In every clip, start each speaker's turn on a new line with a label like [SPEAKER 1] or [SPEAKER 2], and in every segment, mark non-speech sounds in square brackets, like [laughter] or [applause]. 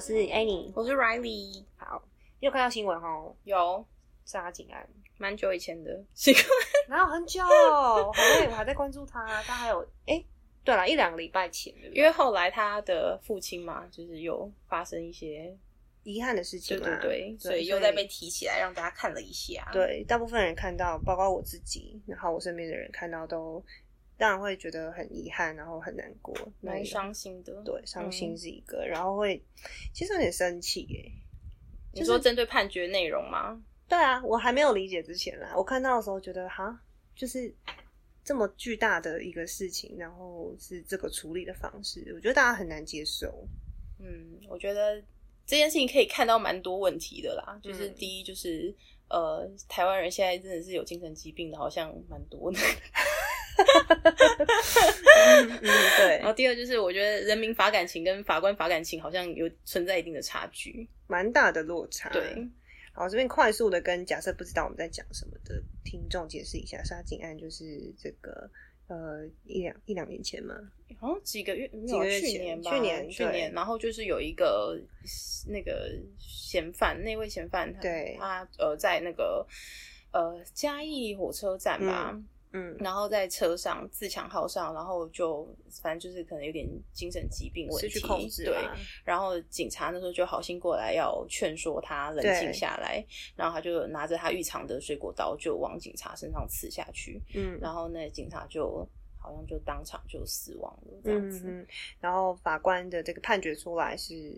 [SPEAKER 1] 是 Annie，
[SPEAKER 2] 我是 Riley，
[SPEAKER 1] 好，你有看到新闻哦，
[SPEAKER 2] 有
[SPEAKER 1] 杀警案，
[SPEAKER 2] 蛮久以前
[SPEAKER 1] [laughs]
[SPEAKER 2] 的，这个
[SPEAKER 1] 然后很久，我还在我还在关注他，他还有哎、对了，一两个礼拜前，对不对
[SPEAKER 2] 因为后来他的父亲嘛，就是有发生一些，
[SPEAKER 1] 遗憾的事情啊
[SPEAKER 2] 对
[SPEAKER 1] 嘛，
[SPEAKER 2] 对对，所以又在被提起来，让大家看了一下。，
[SPEAKER 1] 对，大部分人看到，包括我自己，然后我身边的人看到都，当然会觉得很遗憾，然后很难过，那
[SPEAKER 2] 蛮
[SPEAKER 1] 也
[SPEAKER 2] 伤心的。
[SPEAKER 1] 对，伤心
[SPEAKER 2] 嗯
[SPEAKER 1] 是一个，然后会其实有点生气耶。
[SPEAKER 2] 你说针对判决内容吗？
[SPEAKER 1] 对啊，我还没有理解之前啦，我看到的时候觉得哈，就是这么巨大的一个事情，然后是这个处理的方式，我觉得大家很难接受。
[SPEAKER 2] 嗯，我觉得这件事情可以看到蛮多问题的啦。就是
[SPEAKER 1] 嗯
[SPEAKER 2] 第一，就是、呃，台湾人现在真的是有精神疾病的，好像蛮多的。
[SPEAKER 1] 嗯，
[SPEAKER 2] 然
[SPEAKER 1] 对，
[SPEAKER 2] 后第二就是，我觉得人民法感情跟法官法感情好像有存在一定的差距。
[SPEAKER 1] 蛮大的落差。
[SPEAKER 2] 对，
[SPEAKER 1] 好，这边快速的跟假设不知道我们在讲什么的听众解释一下，杀警案就是这个呃一两一两年前嘛，
[SPEAKER 2] 好像几个月，没
[SPEAKER 1] 几
[SPEAKER 2] 有啊
[SPEAKER 1] 个月
[SPEAKER 2] 去
[SPEAKER 1] 前
[SPEAKER 2] 年吧，
[SPEAKER 1] 去年
[SPEAKER 2] 去
[SPEAKER 1] 对
[SPEAKER 2] 年，然后就是有一个那个嫌犯，那位嫌犯他，
[SPEAKER 1] 对
[SPEAKER 2] 他呃在那个呃嘉义火车站吧，
[SPEAKER 1] 嗯，
[SPEAKER 2] 然后在车上自强号上，然后就反正就是可能有点精神疾病问题，
[SPEAKER 1] 失去控制啊
[SPEAKER 2] 对，
[SPEAKER 1] 啦
[SPEAKER 2] 然后警察那时候就好心过来要劝说他冷静
[SPEAKER 1] 对
[SPEAKER 2] 下来，然后他就拿着他预藏的水果刀就往警察身上刺下去，
[SPEAKER 1] 嗯，
[SPEAKER 2] 然后那警察就好像就当场就死亡了这样
[SPEAKER 1] 嗯
[SPEAKER 2] 子。
[SPEAKER 1] 嗯，然后法官的这个判决出来是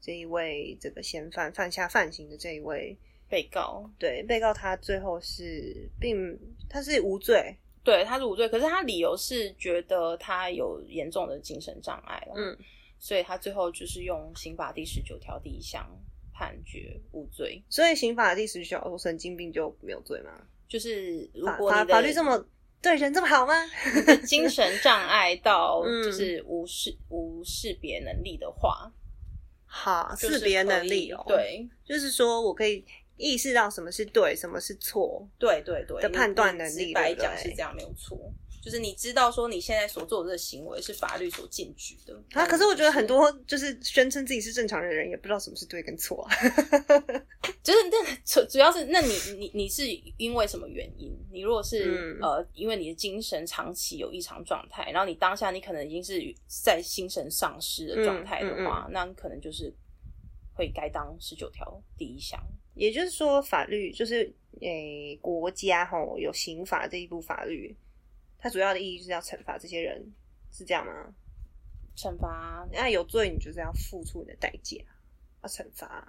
[SPEAKER 1] 这一位这个嫌犯犯下犯行的这一位，
[SPEAKER 2] 被告
[SPEAKER 1] 对被告他最后是并他是无罪，
[SPEAKER 2] 对他是无罪，可是他理由是觉得他有严重的精神障碍了，
[SPEAKER 1] 嗯，
[SPEAKER 2] 所以他最后就是用刑法第十九条第一项判决无罪。
[SPEAKER 1] 所以刑法第十九条神经病就没有罪吗？
[SPEAKER 2] 就是如
[SPEAKER 1] 法
[SPEAKER 2] 果你
[SPEAKER 1] 法
[SPEAKER 2] 的
[SPEAKER 1] 法律这么对人这么好吗？ [laughs]
[SPEAKER 2] 你的精神障碍到
[SPEAKER 1] 嗯
[SPEAKER 2] 就是无识无识别能力的话，
[SPEAKER 1] 好，
[SPEAKER 2] 就是
[SPEAKER 1] 识别能
[SPEAKER 2] 可以
[SPEAKER 1] 力哦，，
[SPEAKER 2] 对
[SPEAKER 1] 就是说我可以意识到什么是对，什么是错，
[SPEAKER 2] 对对对
[SPEAKER 1] 的判断能
[SPEAKER 2] 你
[SPEAKER 1] 力
[SPEAKER 2] 直白
[SPEAKER 1] 对不对
[SPEAKER 2] 讲是这样没有错。就是你知道说你现在所做的这个行为是法律所禁止的
[SPEAKER 1] 啊，可是我觉得很多就是宣称自己是正常人的人，也不知道什么是对跟错啊。 [laughs]
[SPEAKER 2] 就是那主主要是，那你你你是因为什么原因？你如果是、
[SPEAKER 1] 嗯
[SPEAKER 2] 呃，因为你的精神长期有异常状态，然后你当下你可能已经是在精神丧失的
[SPEAKER 1] 嗯
[SPEAKER 2] 状态的话，那你可能就是会该当十九条第一项。
[SPEAKER 1] 也就是说，法律就是诶、国家吼有刑法这一部法律，它主要的意义就是要惩罚这些人，是这样吗？
[SPEAKER 2] 惩罚
[SPEAKER 1] 那有罪，你就是要付出你的代价，要惩罚。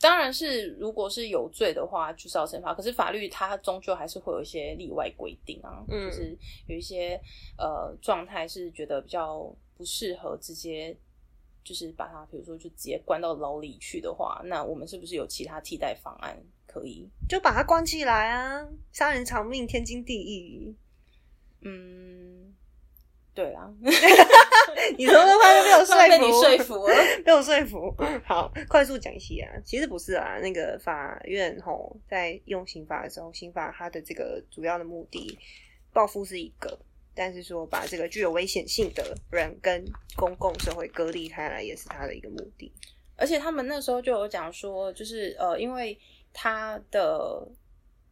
[SPEAKER 2] 当然是如果是有罪的话，就是要惩罚。可是法律它终究还是会有一些例外规定啊，
[SPEAKER 1] 嗯
[SPEAKER 2] 就是有一些呃状态是觉得比较不适合直接。就是把它，比如说就直接关到牢里去的话，那我们是不是有其他替代方案可以？
[SPEAKER 1] 就把他关起来啊！杀人偿命，天经地义。
[SPEAKER 2] 嗯，对啦，
[SPEAKER 1] 你说的话都被我说
[SPEAKER 2] [laughs] 被
[SPEAKER 1] 服，
[SPEAKER 2] 你说服了。
[SPEAKER 1] 被我说服。好，快速讲一下，其实不是啊，那个法院吼在用刑法的时候，刑法它的这个主要的目的，报复是一个，但是说把这个具有危险性的人跟公共社会隔离开来，也是它的一个目的。
[SPEAKER 2] 而且他们那时候就有讲说，就是呃，因为他的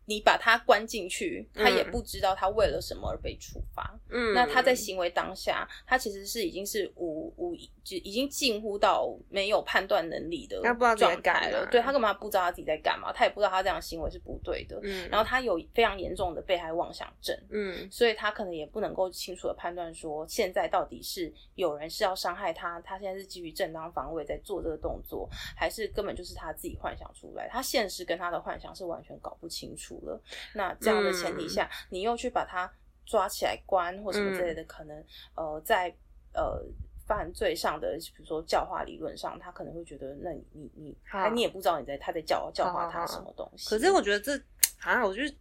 [SPEAKER 2] 你把他关进去，
[SPEAKER 1] 嗯
[SPEAKER 2] 他也不知道他为了什么而被处罚。
[SPEAKER 1] 嗯
[SPEAKER 2] 那他在行为当下，他其实是已经是无无就已经近乎到没有判断能力的
[SPEAKER 1] 他不知道自己在
[SPEAKER 2] 状
[SPEAKER 1] 干嘛欸
[SPEAKER 2] 态了。对他根本不知道他自己在干嘛，他也不知道他这样的行为是不对的。
[SPEAKER 1] 嗯，
[SPEAKER 2] 然后他有非常严重的被害妄想症。
[SPEAKER 1] 嗯
[SPEAKER 2] 所以他可能也不能够清楚的判断说，现在到底是有人是要伤害他，他现在是基于正当防卫在做这个动作，还是根本就是他自己幻想出来，他现实跟他的幻想是完全搞不清楚了。那这样的前提下，
[SPEAKER 1] 嗯
[SPEAKER 2] 你又去把他抓起来关或什么之类的，可能呃在呃。犯罪上的，比如说教化理论上，他可能会觉得，那你你你，
[SPEAKER 1] 好
[SPEAKER 2] 他你也不知道你在他在教教化他什么东西。
[SPEAKER 1] 可是我觉得这啊，我就是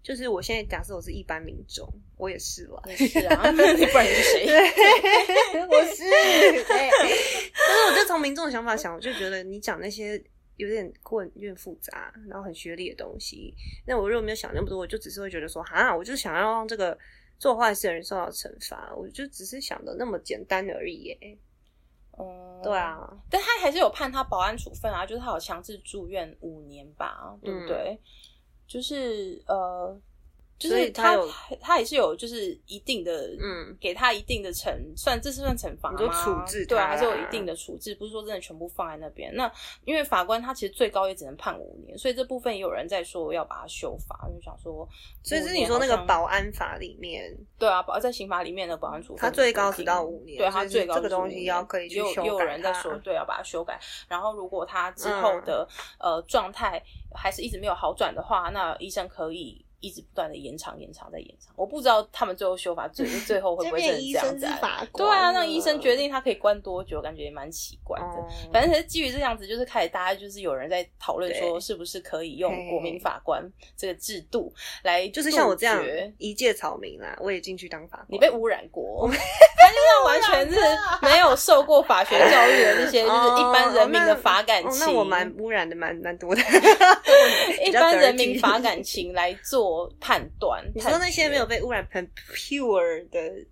[SPEAKER 1] 就是我现在假设我是一般民众，我也是了。
[SPEAKER 2] [laughs] 你是啊， [laughs] 不然你是谁？
[SPEAKER 1] 对，我 [laughs] 是对，但是我就从民众的想法想，我就觉得你讲那些有点困、有点复杂，然后很学理的东西，那我如果没有想那么多，我就只是会觉得说，哈，我就想要让这个做坏事的人受到惩罚，我就只是想的那么简单而已耶。 [laughs]
[SPEAKER 2] 嗯，
[SPEAKER 1] 对。啊，
[SPEAKER 2] 但他还是有判他保安处分啊，就是他有强制住院五年吧，对不对？就是呃，
[SPEAKER 1] 嗯
[SPEAKER 2] 就
[SPEAKER 1] 所以
[SPEAKER 2] 是
[SPEAKER 1] 他
[SPEAKER 2] 他
[SPEAKER 1] 有
[SPEAKER 2] 他也是有就是一定的
[SPEAKER 1] 嗯，
[SPEAKER 2] 给他一定的惩，算这是算惩罚
[SPEAKER 1] 你说
[SPEAKER 2] 吗？
[SPEAKER 1] 处置
[SPEAKER 2] 对啊，
[SPEAKER 1] 他
[SPEAKER 2] 还是有一
[SPEAKER 1] 啦
[SPEAKER 2] 定的处置，不是说真的全部放在那边。那因为法官他其实最高也只能判五年，所以这部分也有人在说要把它修法，我就想说，
[SPEAKER 1] 所以
[SPEAKER 2] 五
[SPEAKER 1] 是你
[SPEAKER 2] 年
[SPEAKER 1] 说
[SPEAKER 2] 好
[SPEAKER 1] 那个
[SPEAKER 2] 像
[SPEAKER 1] 保安法里面，
[SPEAKER 2] 对啊，保在刑法里面的保安处分，
[SPEAKER 1] 它最高只到五年
[SPEAKER 2] 对，
[SPEAKER 1] 所
[SPEAKER 2] 它
[SPEAKER 1] 以
[SPEAKER 2] 最高
[SPEAKER 1] 这个
[SPEAKER 2] 就是五
[SPEAKER 1] 东西
[SPEAKER 2] 年
[SPEAKER 1] 要可以去
[SPEAKER 2] 也有
[SPEAKER 1] 修
[SPEAKER 2] 也有
[SPEAKER 1] 改
[SPEAKER 2] 人在
[SPEAKER 1] 它嗯
[SPEAKER 2] 说，对，要把它修改。然后如果他之后的、呃状态还是一直没有好转的话，那医生可以。一直不断的延长、延长、再延长，我不知道他们最后修法
[SPEAKER 1] [laughs]
[SPEAKER 2] 最最后会不会真
[SPEAKER 1] 变
[SPEAKER 2] 的
[SPEAKER 1] 医
[SPEAKER 2] 这样
[SPEAKER 1] 生
[SPEAKER 2] 子
[SPEAKER 1] 是
[SPEAKER 2] 啊、
[SPEAKER 1] 法官，
[SPEAKER 2] 对啊，让医生决。定他可以关多久，感觉也蛮奇怪的。
[SPEAKER 1] 哦，
[SPEAKER 2] 反正基于这样子，就是开始大家就是有人在讨论
[SPEAKER 1] 对
[SPEAKER 2] 说，是不是可以用国民
[SPEAKER 1] 嘿
[SPEAKER 2] 法官这个制度来
[SPEAKER 1] 就是像我这样
[SPEAKER 2] 杜绝
[SPEAKER 1] 一介草民啦，我也进去当法官。
[SPEAKER 2] 你被污染过， [laughs] 他就是完全是
[SPEAKER 1] 啊
[SPEAKER 2] 没有受过法学教育的那些，就是一般人民的法感
[SPEAKER 1] 哦
[SPEAKER 2] 情，，
[SPEAKER 1] 那我
[SPEAKER 2] [laughs]
[SPEAKER 1] 蛮污染的蛮蛮多的。
[SPEAKER 2] 一般人民法感情来做判断。
[SPEAKER 1] [laughs] 你说那些没有被污染很 pure 的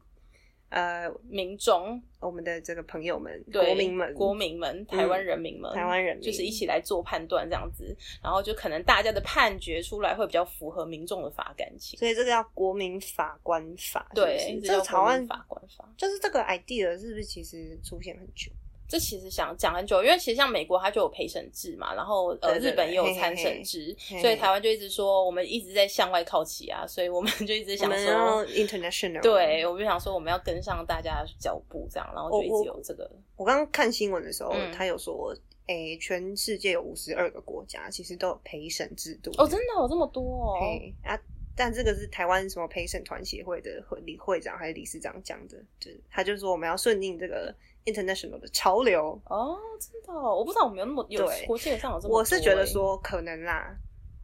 [SPEAKER 1] 呃，
[SPEAKER 2] 民众
[SPEAKER 1] 我们的这个朋友们、
[SPEAKER 2] 对
[SPEAKER 1] 国民们、嗯
[SPEAKER 2] 国民们、台湾人民们、
[SPEAKER 1] 台湾人民，
[SPEAKER 2] 就是一起来做判断这样子，然后就可能大家的判决出来会比较符合民众的法感情。
[SPEAKER 1] 所以这个叫国民法官法，是
[SPEAKER 2] 对
[SPEAKER 1] 不，是
[SPEAKER 2] 这
[SPEAKER 1] 这个
[SPEAKER 2] 叫
[SPEAKER 1] 草
[SPEAKER 2] 国民
[SPEAKER 1] 案
[SPEAKER 2] 法官法。
[SPEAKER 1] 就是这个 idea 是不是其实出现很久？
[SPEAKER 2] 这其实想讲很久，因为其实像美国它就有陪审制嘛，然后
[SPEAKER 1] 对
[SPEAKER 2] 呃
[SPEAKER 1] 对对
[SPEAKER 2] 日本也有参审制，
[SPEAKER 1] 嘿嘿
[SPEAKER 2] 所以台湾就一直说我们一直在向外靠齐啊，所以我们就一直
[SPEAKER 1] 我
[SPEAKER 2] 想
[SPEAKER 1] 们要
[SPEAKER 2] 说，
[SPEAKER 1] international。
[SPEAKER 2] 对，我们就想说我们要跟上大家的脚步这样，然后就一
[SPEAKER 1] 我我
[SPEAKER 2] 直有这个，
[SPEAKER 1] 我刚刚看新闻的时候，
[SPEAKER 2] 嗯
[SPEAKER 1] 他有说，诶、全世界有五十二个国家其实都有陪审制度。
[SPEAKER 2] 哦，真的有、这么多哦，
[SPEAKER 1] 嘿啊，但这个是台湾什么陪审团协会的会理会长还是理事长讲的，就是他就说我们要顺应这个 international 的潮流。
[SPEAKER 2] 哦，真的哦、我不知道我们有那么有
[SPEAKER 1] 对
[SPEAKER 2] 国际上有这么多欸，
[SPEAKER 1] 我是觉得说可能啦，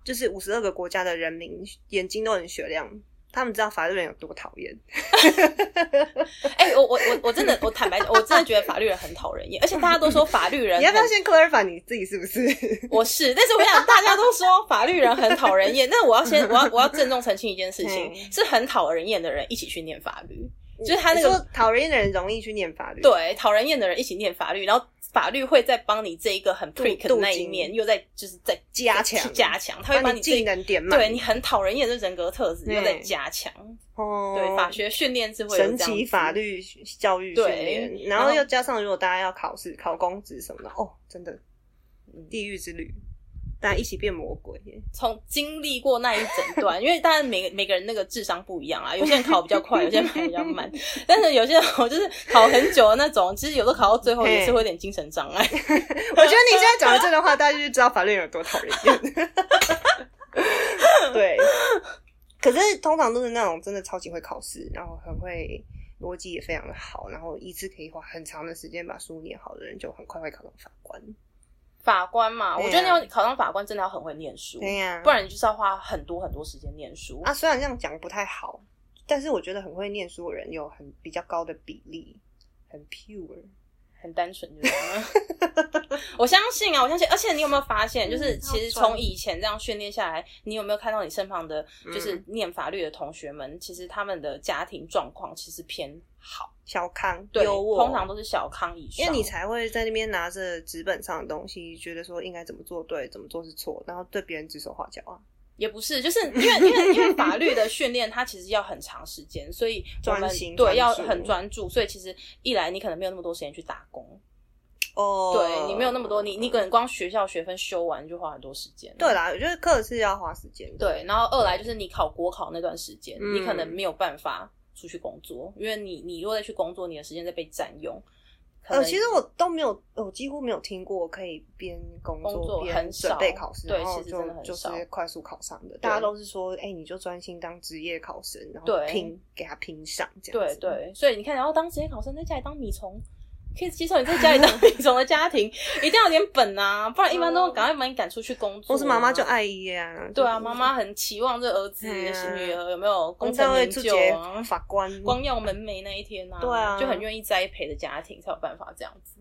[SPEAKER 1] 就是五十二个国家的人民眼睛都很雪亮，他们知道法律人有多讨厌。
[SPEAKER 2] 哎、我我我我真的我坦白讲，我真的觉得法律人很讨人厌，而且大家都说法律
[SPEAKER 1] [laughs]
[SPEAKER 2] 人
[SPEAKER 1] 你要不要
[SPEAKER 2] 很
[SPEAKER 1] 先 clarify 你自己是不是？ [laughs]
[SPEAKER 2] [laughs] 我是，但是我想大家都说法律人很讨人厌，但是我
[SPEAKER 1] [laughs]
[SPEAKER 2] 要先我要我要郑重澄清一件事情
[SPEAKER 1] 嗯，
[SPEAKER 2] 是很讨人厌的人一起去念法律，就是他那
[SPEAKER 1] 你
[SPEAKER 2] 个
[SPEAKER 1] 说讨人厌的人容易去念法律，，
[SPEAKER 2] 对讨人厌的人一起念法律，然后法律会再帮你这一个很 prick 的
[SPEAKER 1] 镀
[SPEAKER 2] 那一
[SPEAKER 1] 金
[SPEAKER 2] 面又在就是在
[SPEAKER 1] 加强
[SPEAKER 2] 加强，他会
[SPEAKER 1] 把
[SPEAKER 2] 把
[SPEAKER 1] 你
[SPEAKER 2] 这
[SPEAKER 1] 技能点满。
[SPEAKER 2] 对你很讨人厌的人格特质又在加强，
[SPEAKER 1] 哦，
[SPEAKER 2] 对法学训练是会有
[SPEAKER 1] 神
[SPEAKER 2] 这样
[SPEAKER 1] 奇
[SPEAKER 2] 子
[SPEAKER 1] 法律教育训练，
[SPEAKER 2] 对
[SPEAKER 1] 然
[SPEAKER 2] 然
[SPEAKER 1] 后
[SPEAKER 2] 后
[SPEAKER 1] 又加上如果大家要考试、考公职什么的，哦，真的
[SPEAKER 2] 嗯
[SPEAKER 1] 地狱之旅，大家一起变魔鬼耶。 [laughs]
[SPEAKER 2] 从经历过那一整段， [laughs] 因为当然每个每个人那个智商不一样啊，有些人考比较快，有些人考比较慢， [laughs] 但是有些人我就是考很久的那种，其实有时候考到最后也是会有点精神障碍。
[SPEAKER 1] 我觉得你现在讲的这段话，大家就知道法律人有多讨人厌。 [laughs] 对，可是通常都是那种真的超级会考试，然后很会逻辑也非常的好，然后一次可以花很长的时间把书念好的人，就很快会考上法官。
[SPEAKER 2] 法官嘛，
[SPEAKER 1] 对啊
[SPEAKER 2] 我觉得你要考上法官真的要很会念书，
[SPEAKER 1] 对呀、
[SPEAKER 2] 不然你就是要花很多很多时间念书。
[SPEAKER 1] 啊，虽然这样讲不太好，但是我觉得很会念书的人有很比较高的比例，很 pure。
[SPEAKER 2] 很单纯，就是啊这样 [laughs] 我相信啊，我相信。而且你有没有发
[SPEAKER 1] 嗯
[SPEAKER 2] 现，就是其实
[SPEAKER 1] 好
[SPEAKER 2] 从
[SPEAKER 1] 专
[SPEAKER 2] 以前这样训练下来，你有没有看到你身旁的，
[SPEAKER 1] 嗯
[SPEAKER 2] 就是念法律的同学们，其实他们的家庭状况其实偏好，
[SPEAKER 1] 小康
[SPEAKER 2] 对，
[SPEAKER 1] 优渥，
[SPEAKER 2] 通常都是小康以上。
[SPEAKER 1] 因为你才会在那边拿着纸本上的东西，觉得说应该怎么做对，怎么做是错，然后对别人指手画脚啊。
[SPEAKER 2] 也不是，就是因为 [laughs] 因为因为法律的训练，它其实要很长时间，所以我们
[SPEAKER 1] 专心专
[SPEAKER 2] 对
[SPEAKER 1] 注
[SPEAKER 2] 要很专注，所以其实一来你可能没有那么多时间去打工，
[SPEAKER 1] 哦
[SPEAKER 2] 对你没有那么多，你你可能光学校学分修完就花很多时间。
[SPEAKER 1] 对。啦，我觉得课是要花时间的。
[SPEAKER 2] 对，然后二来就是你考国考那段时间，
[SPEAKER 1] 嗯
[SPEAKER 2] 你可能没有办法出去工作，因为你你如果再去工作，你的时间在被占用。可
[SPEAKER 1] 呃，
[SPEAKER 2] 能
[SPEAKER 1] 其实我都没有，我几乎没有听过可以边工
[SPEAKER 2] 工作
[SPEAKER 1] 边
[SPEAKER 2] 很
[SPEAKER 1] 准
[SPEAKER 2] 少
[SPEAKER 1] 备考试，
[SPEAKER 2] 对
[SPEAKER 1] 然后
[SPEAKER 2] 其实
[SPEAKER 1] 就
[SPEAKER 2] 真的很
[SPEAKER 1] 就是
[SPEAKER 2] 少
[SPEAKER 1] 快速考上的。大家都是说，哎、你就专心当职业考生，然后
[SPEAKER 2] 对
[SPEAKER 1] 拼给他拼上这样
[SPEAKER 2] 对
[SPEAKER 1] 子。
[SPEAKER 2] 对，所以你看，然后当职业考生在家里当米虫。可以接受你在家里当米虫的家庭， [laughs] 一定要有点本啊，不然一般都会赶快把你赶出去工作、啊
[SPEAKER 1] 或是妈妈就。爱耶啊，
[SPEAKER 2] 对啊，妈妈很期望这儿子、
[SPEAKER 1] 哎呀
[SPEAKER 2] 女儿有没有功
[SPEAKER 1] 公才
[SPEAKER 2] 成
[SPEAKER 1] 会
[SPEAKER 2] 名
[SPEAKER 1] 出
[SPEAKER 2] 就
[SPEAKER 1] 结
[SPEAKER 2] 啊，
[SPEAKER 1] 法官，
[SPEAKER 2] 光耀门楣那一天啊，
[SPEAKER 1] 对啊
[SPEAKER 2] 就很愿意栽培的家庭才有办法这样子。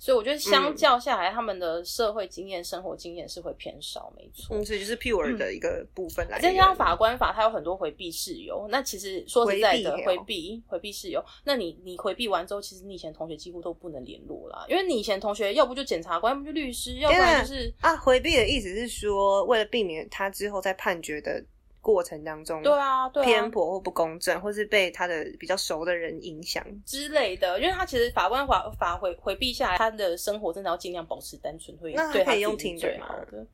[SPEAKER 2] 所以我觉得
[SPEAKER 1] 嗯
[SPEAKER 2] 相较下来，他们的社会经验、生活经验是会偏少，没错。
[SPEAKER 1] 嗯，所以就是 pure 的一个部分来
[SPEAKER 2] 再
[SPEAKER 1] 源。
[SPEAKER 2] 加上法官法，它有很多回避事由。那其实说实在的，
[SPEAKER 1] 回避哦
[SPEAKER 2] 回避回避事由，那你你回避完之后，其实你以前同学几乎都不能联络啦，因为你以前同学要不就检察官，要不就律师，要不然就是
[SPEAKER 1] 啊，回避的意思是说，为了避免他之后在判决的过程当中，
[SPEAKER 2] 对啊对
[SPEAKER 1] 嗯
[SPEAKER 2] 啊
[SPEAKER 1] 偏颇或不公正，或是被他的比较熟的人影响。
[SPEAKER 2] 之类的。因为他其实法官法法回回避下来，他的生活真的要尽量保持单纯，会
[SPEAKER 1] 那他
[SPEAKER 2] 对他
[SPEAKER 1] 可以用
[SPEAKER 2] 自己是
[SPEAKER 1] Tinder
[SPEAKER 2] 最
[SPEAKER 1] 吗
[SPEAKER 2] 好的。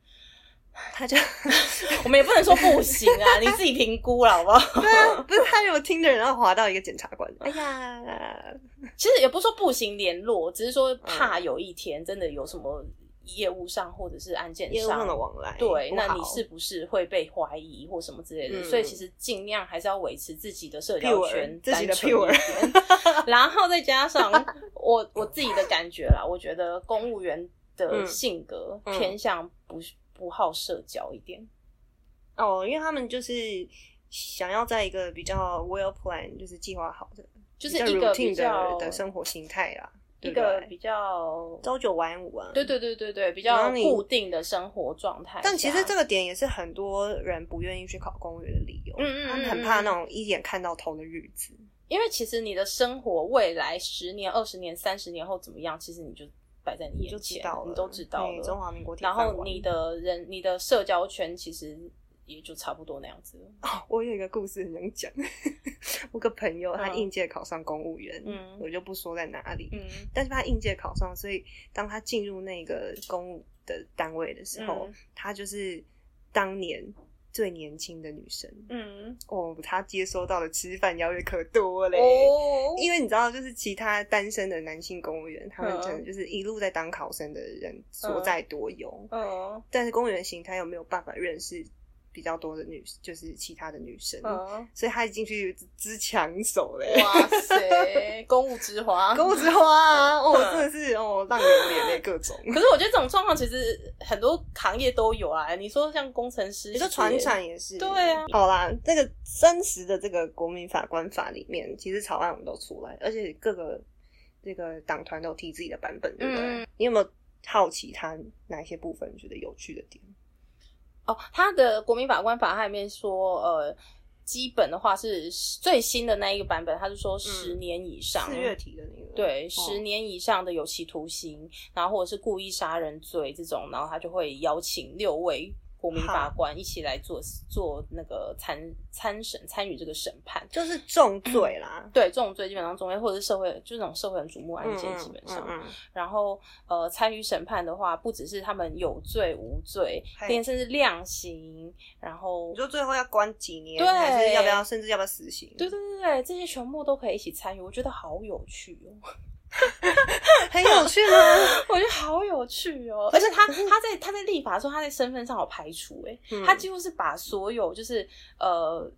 [SPEAKER 1] 他就 [laughs]
[SPEAKER 2] 我们也不能说不行啊，你自己评估啦，好不 [laughs] 好？
[SPEAKER 1] 对啊，不是他如果听的人，然后滑到一个检察官，哎呀，
[SPEAKER 2] 其实也不是说不行联络，只是说
[SPEAKER 1] 嗯
[SPEAKER 2] 怕有一天真的有什么业务上或者是案件
[SPEAKER 1] 业务上
[SPEAKER 2] 上
[SPEAKER 1] 的往来，
[SPEAKER 2] 对，
[SPEAKER 1] 不
[SPEAKER 2] 那
[SPEAKER 1] 好
[SPEAKER 2] 你是不是会被怀疑或什么之类的？
[SPEAKER 1] 嗯
[SPEAKER 2] 所以其实尽量还是要维持自己的社交
[SPEAKER 1] pure
[SPEAKER 2] 圈，
[SPEAKER 1] 自己的
[SPEAKER 2] 单纯一
[SPEAKER 1] pure
[SPEAKER 2] [laughs] 点然后再加上我我自己的感觉啦，我觉得公务员的
[SPEAKER 1] 嗯
[SPEAKER 2] 性格
[SPEAKER 1] 嗯
[SPEAKER 2] 偏向不不好社交一点。
[SPEAKER 1] 哦，因为他们就是想要在一个比较 well plan，就是计划好的，
[SPEAKER 2] 就是
[SPEAKER 1] 比较
[SPEAKER 2] 一个
[SPEAKER 1] routine
[SPEAKER 2] 比较
[SPEAKER 1] 的的生活形态啦，
[SPEAKER 2] 一
[SPEAKER 1] 对不
[SPEAKER 2] 个
[SPEAKER 1] 对
[SPEAKER 2] 比较
[SPEAKER 1] 朝九晚五啊，
[SPEAKER 2] 对对对对对，比
[SPEAKER 1] 然
[SPEAKER 2] 较
[SPEAKER 1] 后你
[SPEAKER 2] 固定的生活状态下。
[SPEAKER 1] 但其实这个点也是很多人不愿意去考公务员的理由，
[SPEAKER 2] 嗯嗯嗯
[SPEAKER 1] 他们很怕那种一眼看到头的日子。
[SPEAKER 2] 因为其实你的生活未来十年、二十年、三十年后怎么样，其实你就摆在你
[SPEAKER 1] 你就
[SPEAKER 2] 眼
[SPEAKER 1] 知
[SPEAKER 2] 前，
[SPEAKER 1] 道了，
[SPEAKER 2] 你都知道
[SPEAKER 1] 对中
[SPEAKER 2] 了。
[SPEAKER 1] 华民国铁
[SPEAKER 2] 然
[SPEAKER 1] 饭碗。
[SPEAKER 2] 后你的人、你的社交圈其实也就差不多那样子了。
[SPEAKER 1] 哦， [laughs] 我有一个故事很想讲。 [laughs] 我个朋友他
[SPEAKER 2] 嗯
[SPEAKER 1] 应届考上公务员，
[SPEAKER 2] 嗯
[SPEAKER 1] 我就不说在哪里，
[SPEAKER 2] 嗯，
[SPEAKER 1] 但是他应届考上，所以当他进入那个公务的单位的时候，
[SPEAKER 2] 嗯
[SPEAKER 1] 他就是当年最年轻的女生。
[SPEAKER 2] 嗯，
[SPEAKER 1] 哦，他接收到的吃饭邀约可多嘞。
[SPEAKER 2] 哦
[SPEAKER 1] 因为你知道，就是其他单身的男性公务员，他们可能就是一路在当考生的人所在多有，
[SPEAKER 2] 嗯
[SPEAKER 1] 但是公务员型他又没有办法认识比较多的女，就是其他的女生，
[SPEAKER 2] 嗯，
[SPEAKER 1] 所以他一进去之抢手嘞。
[SPEAKER 2] 哇塞，嗯公务之花。
[SPEAKER 1] 公务之花啊，
[SPEAKER 2] [laughs]
[SPEAKER 1] 哦，真的是哦，让人流泪各种。
[SPEAKER 2] 可是我觉得这种状况其实很多行业都有啊。你说像工程师，
[SPEAKER 1] 你说船长也是，
[SPEAKER 2] 对啊
[SPEAKER 1] 好啦，这个真实的这个国民法官法里面，其实草案我们都出来，而且各个这个党团都有提自己的版本，对不对？
[SPEAKER 2] 嗯
[SPEAKER 1] 你有没有好奇它哪一些部分觉得有趣的点？
[SPEAKER 2] 哦，他的国民法官法它里面说，呃，基本的话是最新的那一个版本，它是说十年以上。
[SPEAKER 1] 四月提的那个，
[SPEAKER 2] 啊对，
[SPEAKER 1] 哦
[SPEAKER 2] 十年以上的有期徒刑，然后或者是故意杀人罪这种，然后他就会邀请六位国民法官一起来做做那个参参审参与这个审判。
[SPEAKER 1] 就是重
[SPEAKER 2] 嗯
[SPEAKER 1] 罪啦，
[SPEAKER 2] 对，这种罪基本上中间或者是社会就那种社会很瞩目案件，基本上。
[SPEAKER 1] 嗯嗯嗯
[SPEAKER 2] 然后呃，参与审判的话，不只是他们有罪无罪，
[SPEAKER 1] 嘿
[SPEAKER 2] 连甚至量刑，然后
[SPEAKER 1] 你说最后要关几年，
[SPEAKER 2] 对
[SPEAKER 1] 还是要不要，甚至要不要死刑？
[SPEAKER 2] 对对对对，这些全部都可以一起参与，我觉得好有趣哦，
[SPEAKER 1] 很有趣吗？ [laughs]
[SPEAKER 2] 我觉得好有趣哦，而且他他在他在立法的时候，他在身份上有排除，哎、
[SPEAKER 1] 嗯
[SPEAKER 2] [laughs] 他几乎是把所有就是呃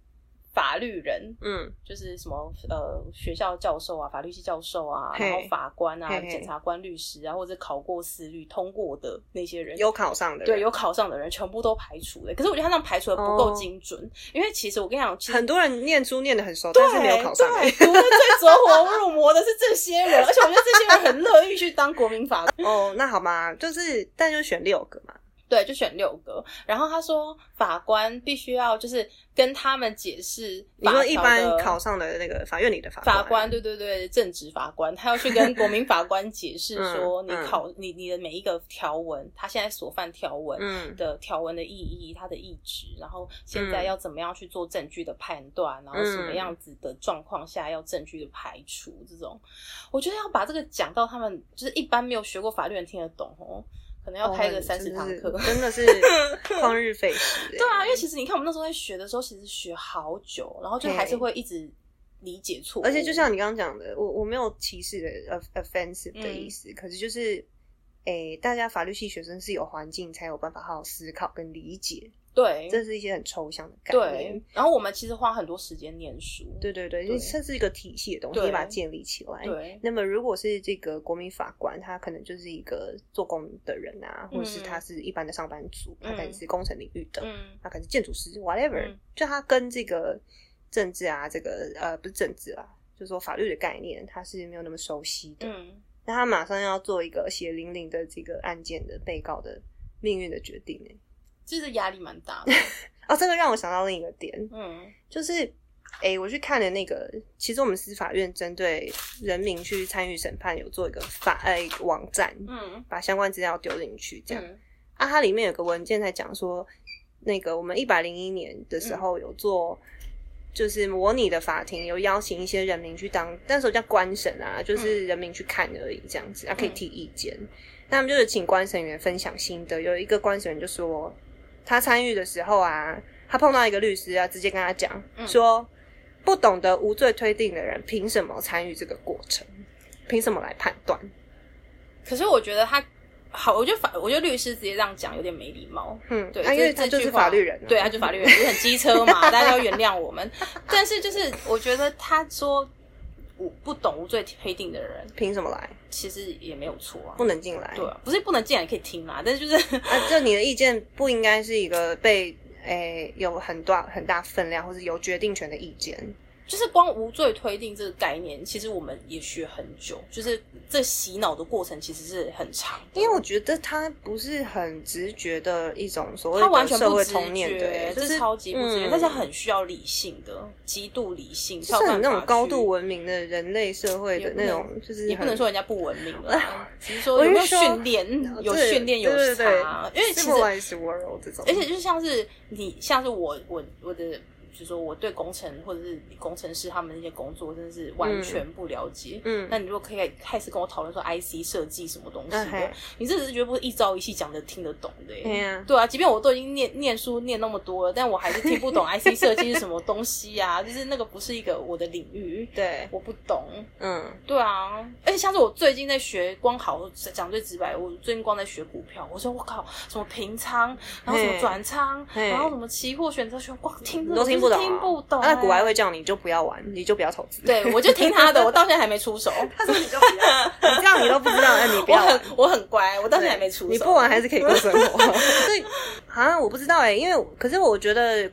[SPEAKER 2] 法律人。
[SPEAKER 1] 嗯，
[SPEAKER 2] 就是什么呃，学校教授啊，法律系教授啊，
[SPEAKER 1] 嘿
[SPEAKER 2] 然后法官啊
[SPEAKER 1] 嘿，嘿
[SPEAKER 2] 检察官、律师啊，或者考过思律通过的那些人，
[SPEAKER 1] 有考上的人
[SPEAKER 2] 对有考上的人，全部都排除欸了。可是我觉得他那样排除的不够
[SPEAKER 1] 哦
[SPEAKER 2] 精准，因为其实我跟你讲，其实
[SPEAKER 1] 很多人念书念的很熟，
[SPEAKER 2] 对
[SPEAKER 1] 但是没有考上的。
[SPEAKER 2] 对，读的最 [laughs] 走火入魔的是这些人，而且我觉得这些人很乐意去当国民法官。
[SPEAKER 1] 哦，那好嘛，就是但就选六个嘛。
[SPEAKER 2] 对，就选六个。然后他说，法官必须要就是跟他们解释
[SPEAKER 1] 你
[SPEAKER 2] 法条
[SPEAKER 1] 说
[SPEAKER 2] 的
[SPEAKER 1] 一般考上的那个法院里的法
[SPEAKER 2] 法官，
[SPEAKER 1] 官，
[SPEAKER 2] 对对对，正职法官，他要去跟国民法官解释说，
[SPEAKER 1] 嗯
[SPEAKER 2] 你考你你的每一个条文，他现在所犯条文。
[SPEAKER 1] 嗯，
[SPEAKER 2] 的条文的意义，它的意旨，然后现在
[SPEAKER 1] 嗯
[SPEAKER 2] 要怎么样去做证据的判断，然后什么
[SPEAKER 1] 嗯
[SPEAKER 2] 样子的状况下要证据的排除，这种，我觉得要把这个讲到他们就是一般没有学过法律人听得懂哦，可能要开个
[SPEAKER 1] 哦
[SPEAKER 2] 三十堂课。
[SPEAKER 1] 真
[SPEAKER 2] [laughs]
[SPEAKER 1] 的是旷日费时。欸
[SPEAKER 2] 对啊，因为其实你看我们那时候在学的时候，其实学好久，然后就还是
[SPEAKER 1] 对
[SPEAKER 2] 会一直理解错误，
[SPEAKER 1] 而且就像你刚刚讲的，我我没有歧视的 off- offensive
[SPEAKER 2] 嗯
[SPEAKER 1] 的意思，可是就是。诶、大家法律系学生是有环境才有办法好好思考跟理解，
[SPEAKER 2] 对
[SPEAKER 1] 这是一些很抽象的概
[SPEAKER 2] 对
[SPEAKER 1] 念。，
[SPEAKER 2] 然后我们其实花很多时间念书，
[SPEAKER 1] 对对对，
[SPEAKER 2] 对
[SPEAKER 1] 这是一个体系的东西，
[SPEAKER 2] 对
[SPEAKER 1] 你把它建立起来。
[SPEAKER 2] 对
[SPEAKER 1] 那么，如果是这个国民法官，他可能就是一个做工的人啊，
[SPEAKER 2] 嗯
[SPEAKER 1] 或者是他是一般的上班族，
[SPEAKER 2] 嗯
[SPEAKER 1] 他可能是工程领域的，
[SPEAKER 2] 嗯
[SPEAKER 1] 他可能是建筑师，whatever，、
[SPEAKER 2] 嗯
[SPEAKER 1] 就他跟这个政治啊，这个呃不是政治啊，就是说法律的概念，他是没有那么熟悉的。
[SPEAKER 2] 嗯，
[SPEAKER 1] 那他马上要做一个血淋淋的这个案件的被告的命运的决定欸
[SPEAKER 2] 其实压力蛮大
[SPEAKER 1] [laughs]
[SPEAKER 2] 的。
[SPEAKER 1] 哦，这个让我想到另一个点，
[SPEAKER 2] 嗯
[SPEAKER 1] 就是，诶、我去看了那个，其实我们司法院针对人民去参与审判有做一个法呃一个网站，
[SPEAKER 2] 嗯
[SPEAKER 1] 把相关资料丢进去， [laughs] 这样、
[SPEAKER 2] 嗯
[SPEAKER 1] 啊，它里面有个文件在讲说，那个我们一百零一年的时
[SPEAKER 2] 嗯
[SPEAKER 1] 候有做。就是模拟的法庭，有邀请一些人民去当，那时候叫官审啊，就是
[SPEAKER 2] 嗯
[SPEAKER 1] 人民去看而已，这样子，啊可以提意见。那他们就是请官审员分享心得，有一个官审员就说，他参与的时候啊，他碰到一个律师啊，直接跟他讲、
[SPEAKER 2] 嗯
[SPEAKER 1] 说，不懂得无罪推定的人，凭什么参与这个过程？凭什么来判断？
[SPEAKER 2] 可是我觉得他好，我觉得法，我觉得律师直接这样讲有点没礼貌。
[SPEAKER 1] 嗯，
[SPEAKER 2] 对，
[SPEAKER 1] 啊、因
[SPEAKER 2] 这
[SPEAKER 1] 为他
[SPEAKER 2] 这
[SPEAKER 1] 就
[SPEAKER 2] 句
[SPEAKER 1] 是
[SPEAKER 2] 话
[SPEAKER 1] 法律人、啊，
[SPEAKER 2] 对，他就是法律人，就是很机车
[SPEAKER 1] [laughs]
[SPEAKER 2] 嘛，大家要原谅我们。但是就是我觉得他说我不懂无罪推定的人，
[SPEAKER 1] 凭什么来？
[SPEAKER 2] 其实也没有错啊
[SPEAKER 1] 不。能进来。
[SPEAKER 2] 对啊，不是不能进来可以听啦，但是就是 [laughs]
[SPEAKER 1] 啊，就你的意见不应该是一个被诶、有很大很大分量或是有决定权的意见。
[SPEAKER 2] 就是光无罪推定这个概念，其实我们也学很久，就是这洗脑的过程其实是很长的，
[SPEAKER 1] 因为我觉得他不是很直觉的一种所
[SPEAKER 2] 他
[SPEAKER 1] 谓
[SPEAKER 2] 完
[SPEAKER 1] 的
[SPEAKER 2] 全
[SPEAKER 1] 社
[SPEAKER 2] 不
[SPEAKER 1] 会
[SPEAKER 2] 直
[SPEAKER 1] 通念，对
[SPEAKER 2] 觉，，
[SPEAKER 1] 就
[SPEAKER 2] 这
[SPEAKER 1] 是
[SPEAKER 2] 超级不直觉，
[SPEAKER 1] 嗯
[SPEAKER 2] 但是很需要理性的，极度理性，
[SPEAKER 1] 就是很那种高度
[SPEAKER 2] 文，
[SPEAKER 1] 文明的人类社会的
[SPEAKER 2] 也不
[SPEAKER 1] 那
[SPEAKER 2] 能
[SPEAKER 1] 种，就是
[SPEAKER 2] 也不能
[SPEAKER 1] 很
[SPEAKER 2] 说人家不文明了，只是说
[SPEAKER 1] 我
[SPEAKER 2] 有没有
[SPEAKER 1] 是说
[SPEAKER 2] 训练，有
[SPEAKER 1] 对
[SPEAKER 2] 训练有
[SPEAKER 1] 对对对
[SPEAKER 2] 差，因为其实
[SPEAKER 1] civilized world 这种，
[SPEAKER 2] 而且就像是你，像是我，我我的，就是说我对工程或者是工程师他们那些工作真的是完全不了解。
[SPEAKER 1] 嗯
[SPEAKER 2] 那你如果可以开始跟我讨论说 IC 设计什么东西
[SPEAKER 1] 嗯嘿
[SPEAKER 2] 的，你这绝对不是一朝一夕讲的听得懂的耶。
[SPEAKER 1] 对呀
[SPEAKER 2] 对啊，即便我都已经念念书念那么多了，但我还是听不懂 IC 设计是什么东西啊， [laughs] 就是那个不是一个我的领域，
[SPEAKER 1] 对，
[SPEAKER 2] 我不懂。
[SPEAKER 1] 嗯，
[SPEAKER 2] 对啊，而且像是我最近在学，光好讲最直白，我最近光在学股票，我说我靠，什么平仓，然后什么
[SPEAKER 1] 嘿
[SPEAKER 2] 转仓，
[SPEAKER 1] 嘿
[SPEAKER 2] 然后什么期货选择权，光听
[SPEAKER 1] 你
[SPEAKER 2] 这
[SPEAKER 1] 都
[SPEAKER 2] 个
[SPEAKER 1] 听
[SPEAKER 2] 不
[SPEAKER 1] 不懂、啊，
[SPEAKER 2] 听不懂、
[SPEAKER 1] 啊那
[SPEAKER 2] 欸
[SPEAKER 1] 古玩会叫你就不要玩，你就不要投
[SPEAKER 2] [laughs]
[SPEAKER 1] 资。
[SPEAKER 2] 对我就听他的，我到现在还没出手，
[SPEAKER 1] 他说你就不要，你这样你都不知道，那你不
[SPEAKER 2] 我
[SPEAKER 1] 要玩
[SPEAKER 2] 很。我很乖，我到现在还没出手，
[SPEAKER 1] 你不玩还是可以过生
[SPEAKER 2] [laughs]
[SPEAKER 1] 活。所以啊，我不知道哎、因为可是我觉得《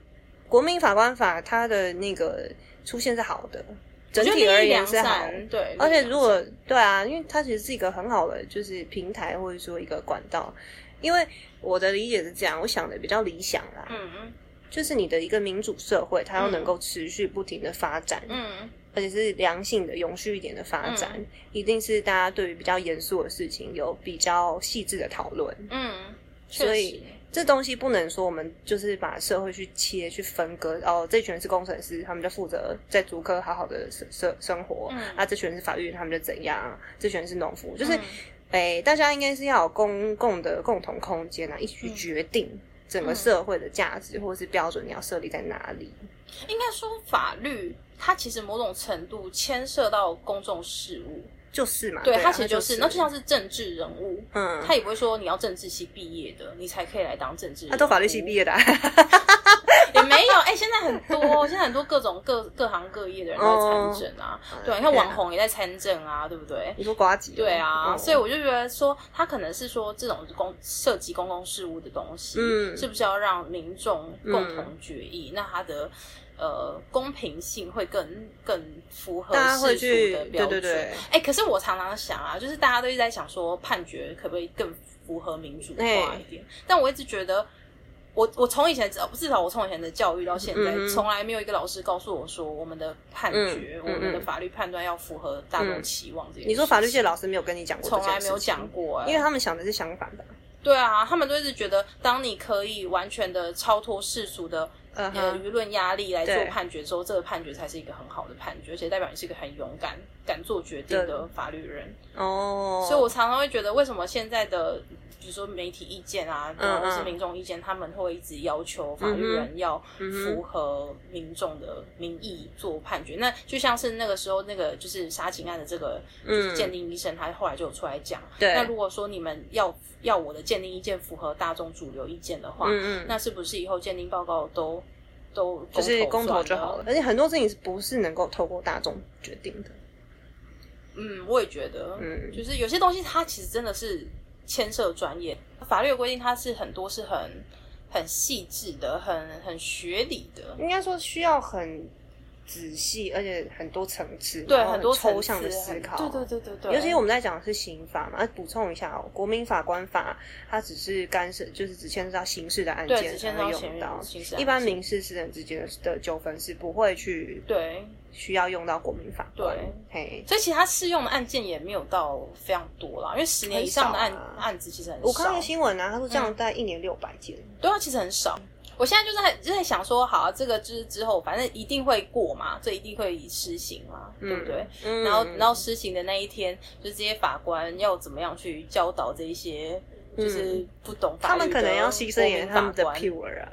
[SPEAKER 1] 国民法官法》它的那个出现是好的，
[SPEAKER 2] 我
[SPEAKER 1] 整
[SPEAKER 2] 觉得
[SPEAKER 1] 体而
[SPEAKER 2] 利益
[SPEAKER 1] 言
[SPEAKER 2] 良
[SPEAKER 1] 是好。
[SPEAKER 2] 善，对，
[SPEAKER 1] 而且
[SPEAKER 2] 利益良善
[SPEAKER 1] 如果对啊，因为它其实是一个很好的就是平台或者说一个管道，因为我的理解是这样，我想的比较理想啦，
[SPEAKER 2] 嗯嗯
[SPEAKER 1] 就是你的一个民主社会，它要
[SPEAKER 2] 嗯
[SPEAKER 1] 能够持续不停的发展，
[SPEAKER 2] 嗯
[SPEAKER 1] 而且是良性的、永续一点的发展，
[SPEAKER 2] 嗯
[SPEAKER 1] 一定是大家对于比较严肃的事情有比较细致的讨论。
[SPEAKER 2] 嗯，确
[SPEAKER 1] 所以
[SPEAKER 2] 实
[SPEAKER 1] 这东西不能说我们就是把社会去切去分割，哦，这群人是工程师，他们就负责在竹科好好的生生生活，
[SPEAKER 2] 嗯
[SPEAKER 1] 啊，这群人是法律人，他们就怎样，这群人是农夫，就是
[SPEAKER 2] 嗯
[SPEAKER 1] 诶、大家应该是要有公共的共同空间啊，一起去
[SPEAKER 2] 嗯
[SPEAKER 1] 决定整个社会的价值或者是标准，你要设立在哪里？
[SPEAKER 2] 应该说法律它其实某种程度牵涉到公众事务，
[SPEAKER 1] 就是嘛，
[SPEAKER 2] 对，
[SPEAKER 1] 啊
[SPEAKER 2] 它其实就，
[SPEAKER 1] 就是
[SPEAKER 2] 那就像是政治人物，
[SPEAKER 1] 嗯，
[SPEAKER 2] 他也不会说你要政治系毕业的，你才可以来当政治人物。
[SPEAKER 1] 他都法律系毕
[SPEAKER 2] 业
[SPEAKER 1] 业的啊、
[SPEAKER 2] 也没有，哎、现在很多，现在很多各种各各行各业的人都在
[SPEAKER 1] 哦
[SPEAKER 2] 参政啊，对啊，你看网红也在参政啊，对不
[SPEAKER 1] [laughs]
[SPEAKER 2] 对？
[SPEAKER 1] 你说瓜吉吗？
[SPEAKER 2] 对啊，
[SPEAKER 1] 嗯
[SPEAKER 2] 所以我就觉得说，他可能是说这种公涉及公共事务的东西，
[SPEAKER 1] 嗯
[SPEAKER 2] 是不是要让民众共同决议？那它的呃公平性会更更符合
[SPEAKER 1] 大家会
[SPEAKER 2] 世俗
[SPEAKER 1] 去
[SPEAKER 2] 的，标
[SPEAKER 1] 对
[SPEAKER 2] 准。
[SPEAKER 1] 对对，
[SPEAKER 2] 哎、可是我常常想啊，就是大家都一直在想说判决可不可以更符合民主化
[SPEAKER 1] 哎
[SPEAKER 2] 一点，但我一直觉得。我我从以前至至少我从以前的教育到现在
[SPEAKER 1] 嗯，哼
[SPEAKER 2] 从、来没有一个老师告诉我说我们的判决、
[SPEAKER 1] 嗯
[SPEAKER 2] 我们的
[SPEAKER 1] 嗯嗯
[SPEAKER 2] 法律判断要符合大众
[SPEAKER 1] 嗯
[SPEAKER 2] 期望这件事情。
[SPEAKER 1] 你说法律界老师没有跟你讲过，
[SPEAKER 2] 从来没有讲，过、哎
[SPEAKER 1] 因为他们想的是相反的。
[SPEAKER 2] 对啊，他们都一直觉得，当你可以完全的超脱世俗的
[SPEAKER 1] 嗯
[SPEAKER 2] 呃
[SPEAKER 1] 哼，
[SPEAKER 2] 舆论压力来做
[SPEAKER 1] 对
[SPEAKER 2] 判决之后，这个判决才是一个很好的判决，而且代表你是一个很勇敢、敢做决定的法律人。
[SPEAKER 1] 哦，
[SPEAKER 2] 所以我常常会觉得，为什么现在的比如说媒体意见啊，
[SPEAKER 1] 嗯嗯
[SPEAKER 2] 或者是民众意见，他们会一直要求法律人要
[SPEAKER 1] 嗯哼
[SPEAKER 2] 符合民众的民意做判决。那就像是那个时候那个就是杀警案的这个
[SPEAKER 1] 嗯
[SPEAKER 2] 鉴定医生，他后来就有出来讲，
[SPEAKER 1] 对
[SPEAKER 2] 那如果说你们要要我的鉴定意见符合大众主流意见的话，
[SPEAKER 1] 嗯嗯，
[SPEAKER 2] 那是不是以后鉴定报告都都
[SPEAKER 1] 就是公
[SPEAKER 2] 公
[SPEAKER 1] 投
[SPEAKER 2] 投
[SPEAKER 1] 就
[SPEAKER 2] 算
[SPEAKER 1] 好了。？而且很多事情是不是能够透过大众决定的？
[SPEAKER 2] 嗯，我也觉得，
[SPEAKER 1] 嗯
[SPEAKER 2] 就是有些东西它其实真的是牵涉专业，法律的规定它是很多是很很细致的，很很学理的，
[SPEAKER 1] 嗯应该说需要很仔细，而且很多层次，
[SPEAKER 2] 对
[SPEAKER 1] 然后
[SPEAKER 2] 很多层次啊
[SPEAKER 1] 抽象的思考。
[SPEAKER 2] 对对对对对，
[SPEAKER 1] 尤其我们在讲的是刑法嘛，啊补充一下哦，国民法官法它只是干涉，就是只牵涉到刑事的案
[SPEAKER 2] 对
[SPEAKER 1] 件
[SPEAKER 2] 只
[SPEAKER 1] 才
[SPEAKER 2] 牵涉到
[SPEAKER 1] 会
[SPEAKER 2] 刑
[SPEAKER 1] 用
[SPEAKER 2] 事
[SPEAKER 1] 到，
[SPEAKER 2] 刑事案
[SPEAKER 1] 一般
[SPEAKER 2] 件
[SPEAKER 1] 民事私人之间的的纠纷是不会去
[SPEAKER 2] 对，
[SPEAKER 1] 需要用到国民法官。
[SPEAKER 2] 对，
[SPEAKER 1] 嘿，
[SPEAKER 2] 所以其他适用的案件也没有到非常多啦，因为十年以上的案、
[SPEAKER 1] 很少啊
[SPEAKER 2] 案子其实很少。嗯
[SPEAKER 1] 我看那个新闻啊，他说这样大概一年六百件，
[SPEAKER 2] 对啊，其实很少。我现在就在就在想说，好、啊，这个就是之后反正一定会过嘛，这一定会施行嘛，对不对？
[SPEAKER 1] 嗯
[SPEAKER 2] 然后，然后施行的那一天，就是这些法官要怎么样去教导这一些就是不懂
[SPEAKER 1] 嗯
[SPEAKER 2] 法
[SPEAKER 1] 他
[SPEAKER 2] 律
[SPEAKER 1] 们可能
[SPEAKER 2] 的
[SPEAKER 1] 要牺牲
[SPEAKER 2] 国
[SPEAKER 1] 一点
[SPEAKER 2] 民
[SPEAKER 1] 他们
[SPEAKER 2] 法
[SPEAKER 1] 的
[SPEAKER 2] 官
[SPEAKER 1] pure 啊，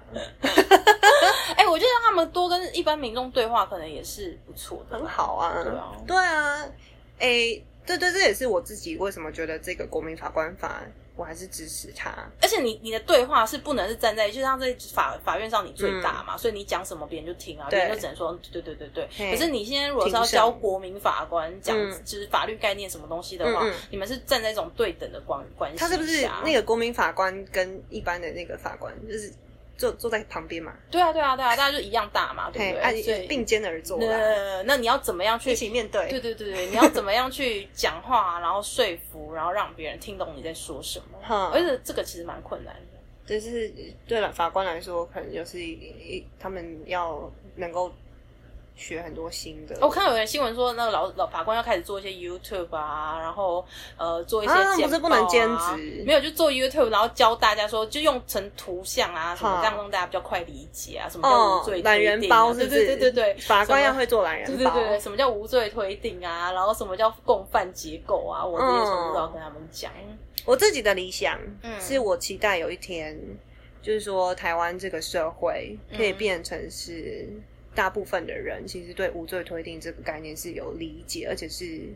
[SPEAKER 2] 哎、我觉得让他们多跟一般民众对话，可能也是不错的，
[SPEAKER 1] 很。好啊，
[SPEAKER 2] 对啊
[SPEAKER 1] 对啊，诶，对对，这也是我自己为什么觉得这个国民法官法，我还是支持他。
[SPEAKER 2] 而且你你的对话是不能是站在，就像在法法院上你最大嘛，所以你讲什么别人就听啊，
[SPEAKER 1] 嗯对
[SPEAKER 2] 别人就只能说对对对对
[SPEAKER 1] 嘿
[SPEAKER 2] 可是你现在如果是要
[SPEAKER 1] 庭审
[SPEAKER 2] 教国民法官讲
[SPEAKER 1] 嗯
[SPEAKER 2] 就是法律概念什么东西的话，
[SPEAKER 1] 嗯嗯
[SPEAKER 2] 你们是站在一种对等的关关系
[SPEAKER 1] 他是不是
[SPEAKER 2] 下
[SPEAKER 1] 那个国民法官跟一般的那个法官，就是坐坐在旁边嘛？
[SPEAKER 2] 对啊对啊对啊，大家就一样大嘛，对
[SPEAKER 1] 嘿，
[SPEAKER 2] 不
[SPEAKER 1] 啊
[SPEAKER 2] 对？所啊以，
[SPEAKER 1] 并肩而坐啦，
[SPEAKER 2] 那那你要怎么样去
[SPEAKER 1] 一起面对。
[SPEAKER 2] 对对对对，你要怎么样去讲话，然后说服，然后让别人听懂你在说什么？
[SPEAKER 1] 哈
[SPEAKER 2] 而，且这个其实蛮困难的。
[SPEAKER 1] 就是对了，法官来说，可能就是一一他们要能够学很多新的。
[SPEAKER 2] 我看到有人新闻说，那个老老法官要开始做一些 YouTube 啊，然后呃做一些、
[SPEAKER 1] 啊
[SPEAKER 2] 啊、
[SPEAKER 1] 不是不能兼职
[SPEAKER 2] 没有就做 YouTube，然后教大家说，就用成图像啊什么，
[SPEAKER 1] 好
[SPEAKER 2] 这样让大家比较快理解啊，什么叫
[SPEAKER 1] 哦
[SPEAKER 2] 无罪推定、啊？
[SPEAKER 1] 懒人包是
[SPEAKER 2] 对
[SPEAKER 1] 不
[SPEAKER 2] 对
[SPEAKER 1] 是？
[SPEAKER 2] 对对对，
[SPEAKER 1] [laughs] 法官
[SPEAKER 2] 什么
[SPEAKER 1] 要会做懒
[SPEAKER 2] 对
[SPEAKER 1] 人
[SPEAKER 2] 对
[SPEAKER 1] 包。
[SPEAKER 2] 对，对什么叫无罪推定啊？然后什么叫共犯结构啊？我这些全部都要
[SPEAKER 1] 嗯
[SPEAKER 2] 跟他们讲。
[SPEAKER 1] 我自己的理想，
[SPEAKER 2] 嗯
[SPEAKER 1] 是我期待有一天，就是说台湾这个社会可
[SPEAKER 2] 嗯
[SPEAKER 1] 以变成是大部分的人其实对无罪推定这个概念是有理解，而且是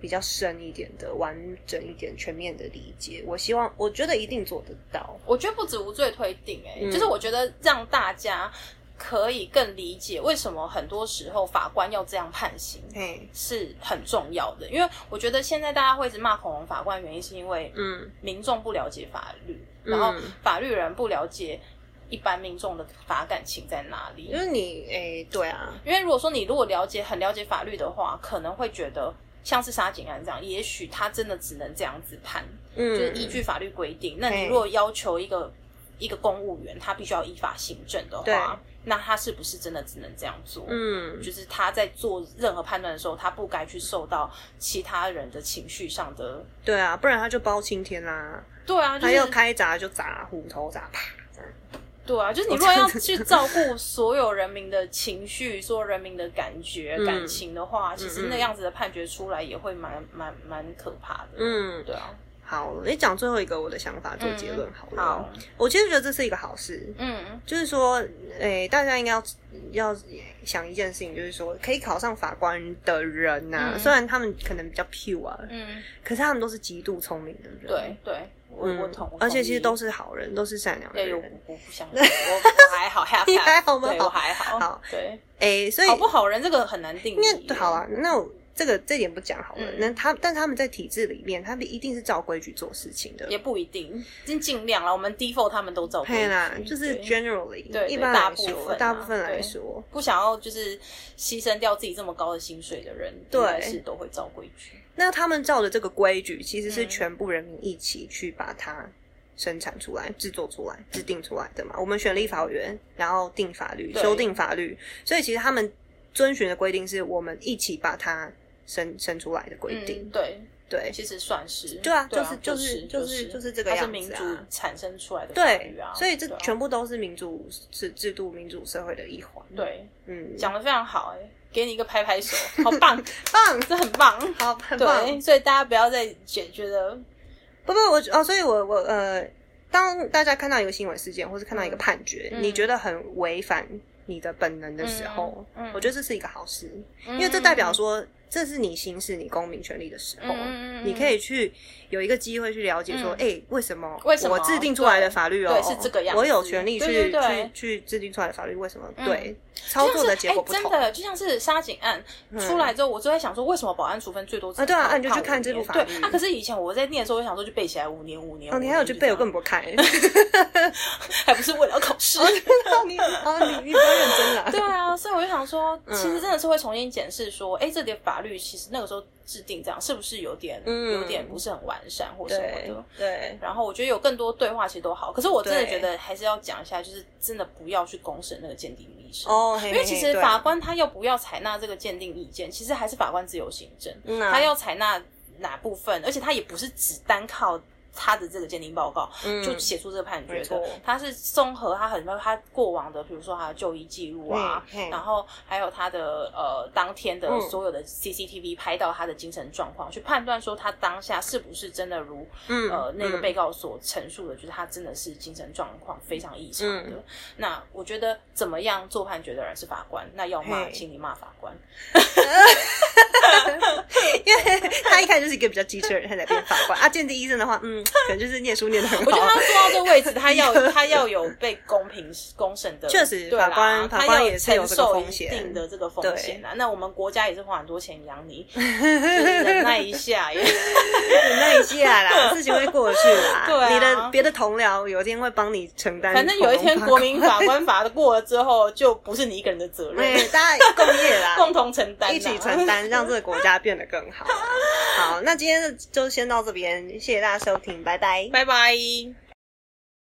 [SPEAKER 1] 比较深一点的、完整一点、全面的理解。我希望，我觉得一定做得到。
[SPEAKER 2] 我觉得不止无罪推定、欸，哎、
[SPEAKER 1] 嗯
[SPEAKER 2] 就是我觉得让大家可以更理解为什么很多时候法官要这样判刑。
[SPEAKER 1] 嘿，
[SPEAKER 2] 是很重要的，因为我觉得现在大家会一直骂恐龙法官，原因是因为
[SPEAKER 1] 嗯，
[SPEAKER 2] 民众不了解法律，
[SPEAKER 1] 嗯
[SPEAKER 2] 然后法律人不了解一般民众的法感情在哪里
[SPEAKER 1] 就。是你，诶，对啊，
[SPEAKER 2] 因为如果说你如果了解很了解法律的话，可能会觉得像是杀警案这样，也许他真的只能这样子判，
[SPEAKER 1] 嗯，
[SPEAKER 2] 就是依据法律规定。那你
[SPEAKER 1] 嘿
[SPEAKER 2] 如果要求一个一个公务员他必须要依法行政的
[SPEAKER 1] 对
[SPEAKER 2] 话，那他是不是真的只能这样做？
[SPEAKER 1] 嗯，
[SPEAKER 2] 就是他在做任何判断的时候，他不该去受到其他人的情绪上的。
[SPEAKER 1] 对啊，不然他就包青天啦，
[SPEAKER 2] 对啊，就
[SPEAKER 1] 他要
[SPEAKER 2] 是
[SPEAKER 1] 开闸就砸，虎头砸，啪，
[SPEAKER 2] 对啊，就是你
[SPEAKER 1] 我
[SPEAKER 2] 如果要
[SPEAKER 1] 真的
[SPEAKER 2] 去照顾所有人民的情 [laughs] 绪，所有人民的感觉、
[SPEAKER 1] 嗯
[SPEAKER 2] 感情的话，其实
[SPEAKER 1] 嗯
[SPEAKER 2] 那样子的判决出来也会蛮蛮蛮可怕的。，
[SPEAKER 1] 嗯，
[SPEAKER 2] 对啊，
[SPEAKER 1] 好，你讲最后一个我的想法做结论好了。
[SPEAKER 2] 嗯好，
[SPEAKER 1] 我其实觉得这是一个好事，
[SPEAKER 2] 啊嗯，
[SPEAKER 1] 就是说，诶、大家应该要要想一件事情，就是说，可以考上法官的人呐、
[SPEAKER 2] 嗯
[SPEAKER 1] 虽然他们可能比较 pure 啊，
[SPEAKER 2] 嗯，
[SPEAKER 1] 可是他们都是极度聪明的人。
[SPEAKER 2] 对，对，我、
[SPEAKER 1] 嗯
[SPEAKER 2] 我同，哎我
[SPEAKER 1] 而且其实都
[SPEAKER 2] 是
[SPEAKER 1] 是好人，都是善良的
[SPEAKER 2] 对，我
[SPEAKER 1] 人。
[SPEAKER 2] 我不 [laughs] 相信，我我还好，还好，
[SPEAKER 1] 你还
[SPEAKER 2] [laughs]
[SPEAKER 1] 好吗
[SPEAKER 2] 对，我还好，
[SPEAKER 1] 好，
[SPEAKER 2] 对，
[SPEAKER 1] 诶、所以
[SPEAKER 2] 好不好人这个很难定义。
[SPEAKER 1] 那好啊，那我这个这点不讲好了。
[SPEAKER 2] 嗯
[SPEAKER 1] 那他但他们在体制里面，他们一定是照规矩做事情的。
[SPEAKER 2] 也不一定，尽尽量啦。我们 default 他们都照顾
[SPEAKER 1] 嘿啦，就是
[SPEAKER 2] 对
[SPEAKER 1] generally
[SPEAKER 2] 对
[SPEAKER 1] 一般
[SPEAKER 2] 大
[SPEAKER 1] 来
[SPEAKER 2] 部分
[SPEAKER 1] 说，
[SPEAKER 2] 啊
[SPEAKER 1] 大部分来
[SPEAKER 2] 对
[SPEAKER 1] 说，
[SPEAKER 2] 不想要就是牺牲掉自己这么高的薪水的人，
[SPEAKER 1] 对
[SPEAKER 2] 应该是都会照规矩。
[SPEAKER 1] 那他们照的这个规矩，其实是
[SPEAKER 2] 嗯
[SPEAKER 1] 全部人民一起去把它生产出来、制作出来、制定出来的嘛。我们选立法委员，然后定法律、
[SPEAKER 2] 对
[SPEAKER 1] 修订法律，所以其实他们遵循的规定是我们一起把它生生出来的规定。
[SPEAKER 2] 嗯，对，
[SPEAKER 1] 对
[SPEAKER 2] 其实算是
[SPEAKER 1] 对啊
[SPEAKER 2] 啊，
[SPEAKER 1] 就是
[SPEAKER 2] 是
[SPEAKER 1] 就是
[SPEAKER 2] 是
[SPEAKER 1] 就是这个样子啊
[SPEAKER 2] 它是民主产生出来的法
[SPEAKER 1] 对
[SPEAKER 2] 律啊，，
[SPEAKER 1] 所以这
[SPEAKER 2] 对啊
[SPEAKER 1] 全部都是民主制制度、民主社会的一环。，
[SPEAKER 2] 对
[SPEAKER 1] 嗯，
[SPEAKER 2] 讲的非常好，哎，给你一个拍拍手，好
[SPEAKER 1] [laughs]
[SPEAKER 2] 棒，
[SPEAKER 1] 棒，
[SPEAKER 2] 这很棒。
[SPEAKER 1] 好，很棒。
[SPEAKER 2] 对，所以大家不要再觉觉得
[SPEAKER 1] 不不，我哦，所以我我呃，当大家看到一个新闻事件，或是看到一个判决，
[SPEAKER 2] 嗯
[SPEAKER 1] 你觉得很违反你的本能的时候，
[SPEAKER 2] 嗯嗯嗯
[SPEAKER 1] 我觉得这是一个好事，
[SPEAKER 2] 因
[SPEAKER 1] 因为这代表说这是你行使你公民权利的时候，
[SPEAKER 2] 嗯
[SPEAKER 1] 你可以去有一个机会去了解说，
[SPEAKER 2] 嗯
[SPEAKER 1] 哎、为什么
[SPEAKER 2] 为什么
[SPEAKER 1] 我制定出来的法律哦、
[SPEAKER 2] 对对是这个样子
[SPEAKER 1] 我有权利去
[SPEAKER 2] 对对对
[SPEAKER 1] 去去制定出来的法律为什么、
[SPEAKER 2] 嗯
[SPEAKER 1] 对操作的结果不
[SPEAKER 2] 就像是哎
[SPEAKER 1] 同？
[SPEAKER 2] 真的就像是杀警案
[SPEAKER 1] 嗯
[SPEAKER 2] 出来之后，我就在想说，为什么保安处分最多只
[SPEAKER 1] 啊对啊
[SPEAKER 2] 判
[SPEAKER 1] 啊你就去看
[SPEAKER 2] 判
[SPEAKER 1] 这部
[SPEAKER 2] 五年
[SPEAKER 1] 法律
[SPEAKER 2] 对啊，可是以前我在念的时候，我想说就背起来五年五年。
[SPEAKER 1] 哦，你还
[SPEAKER 2] 五
[SPEAKER 1] 有
[SPEAKER 2] 年
[SPEAKER 1] 去
[SPEAKER 2] 就
[SPEAKER 1] 背，
[SPEAKER 2] 这
[SPEAKER 1] 我
[SPEAKER 2] 样
[SPEAKER 1] 根本不看、
[SPEAKER 2] [laughs]
[SPEAKER 1] 欸。
[SPEAKER 2] 还不是为了考试。
[SPEAKER 1] 哦，你哦，你你比较认真 [laughs] 啦。
[SPEAKER 2] [laughs] 对啊，所以我就想说，
[SPEAKER 1] [laughs] 嗯
[SPEAKER 2] 其实真的是会重新检视说，哎、这点法律其实那个时候制定这样是不是有点、
[SPEAKER 1] 嗯
[SPEAKER 2] 有点不是很完善或什么的。
[SPEAKER 1] 对，
[SPEAKER 2] [laughs] 然后我觉得有更多对话其实都好，可是我真的
[SPEAKER 1] 对
[SPEAKER 2] 觉得还是要讲一下，就是真的不要去公审那个鉴定医生。
[SPEAKER 1] 哦，嘿
[SPEAKER 2] 因为其实法，
[SPEAKER 1] 嘿
[SPEAKER 2] 官他要不要采纳这个鉴定意见，其实还是法官自由行政，
[SPEAKER 1] 对嗯啊
[SPEAKER 2] 他要采纳哪部分，而且他也不是只单靠他的这个鉴定报告，
[SPEAKER 1] 嗯
[SPEAKER 2] 就写出这个判决
[SPEAKER 1] 没错
[SPEAKER 2] 的。他是综合他很多他过往的，比如说他的就医记录啊，
[SPEAKER 1] 嘿嘿
[SPEAKER 2] 然后还有他的呃当天的
[SPEAKER 1] 嗯
[SPEAKER 2] 所有的 CCTV 拍到他的精神状况，去判断说他当下是不是真的如
[SPEAKER 1] 嗯
[SPEAKER 2] 呃那个
[SPEAKER 1] 嗯
[SPEAKER 2] 被告所陈述的，就是他真的是精神状况非常异常的。
[SPEAKER 1] 嗯
[SPEAKER 2] 那我觉得怎么样做判决的人是法官，那要骂
[SPEAKER 1] 嘿
[SPEAKER 2] 请你骂法官。
[SPEAKER 1] [laughs] 因为他一开始就是一个比较机车的人，他才变法官啊。鉴定医生的话， [laughs] 嗯，可能就是念书念的很
[SPEAKER 2] 我觉得
[SPEAKER 1] 好 [laughs]
[SPEAKER 2] 他。坐到这个位置，他要他要有被公平公审的，
[SPEAKER 1] 确实
[SPEAKER 2] 对啦
[SPEAKER 1] 法官
[SPEAKER 2] 他
[SPEAKER 1] 法官
[SPEAKER 2] 要
[SPEAKER 1] 也是有这个
[SPEAKER 2] 承受
[SPEAKER 1] 风
[SPEAKER 2] 一
[SPEAKER 1] 险
[SPEAKER 2] 定的这个风险啊。那我们国家也是花很多钱养
[SPEAKER 1] [laughs]
[SPEAKER 2] 你，就是忍耐一下也。
[SPEAKER 1] 忍耐一下啦，事情会过去 [laughs] 啦。
[SPEAKER 2] 对啊
[SPEAKER 1] 你的别的同僚有一天会帮你承担。
[SPEAKER 2] 反正有一天国，民法官法过了之后，就不是你一个人的
[SPEAKER 1] [laughs]
[SPEAKER 2] 责
[SPEAKER 1] 哎
[SPEAKER 2] 任，，
[SPEAKER 1] 大家 [laughs] 共业啦，
[SPEAKER 2] 共同承担啊，
[SPEAKER 1] 一起承担，让这个国家变得更好啊。好，那今天就先到这边，谢谢大家收听，拜拜。
[SPEAKER 2] [laughs] 拜拜。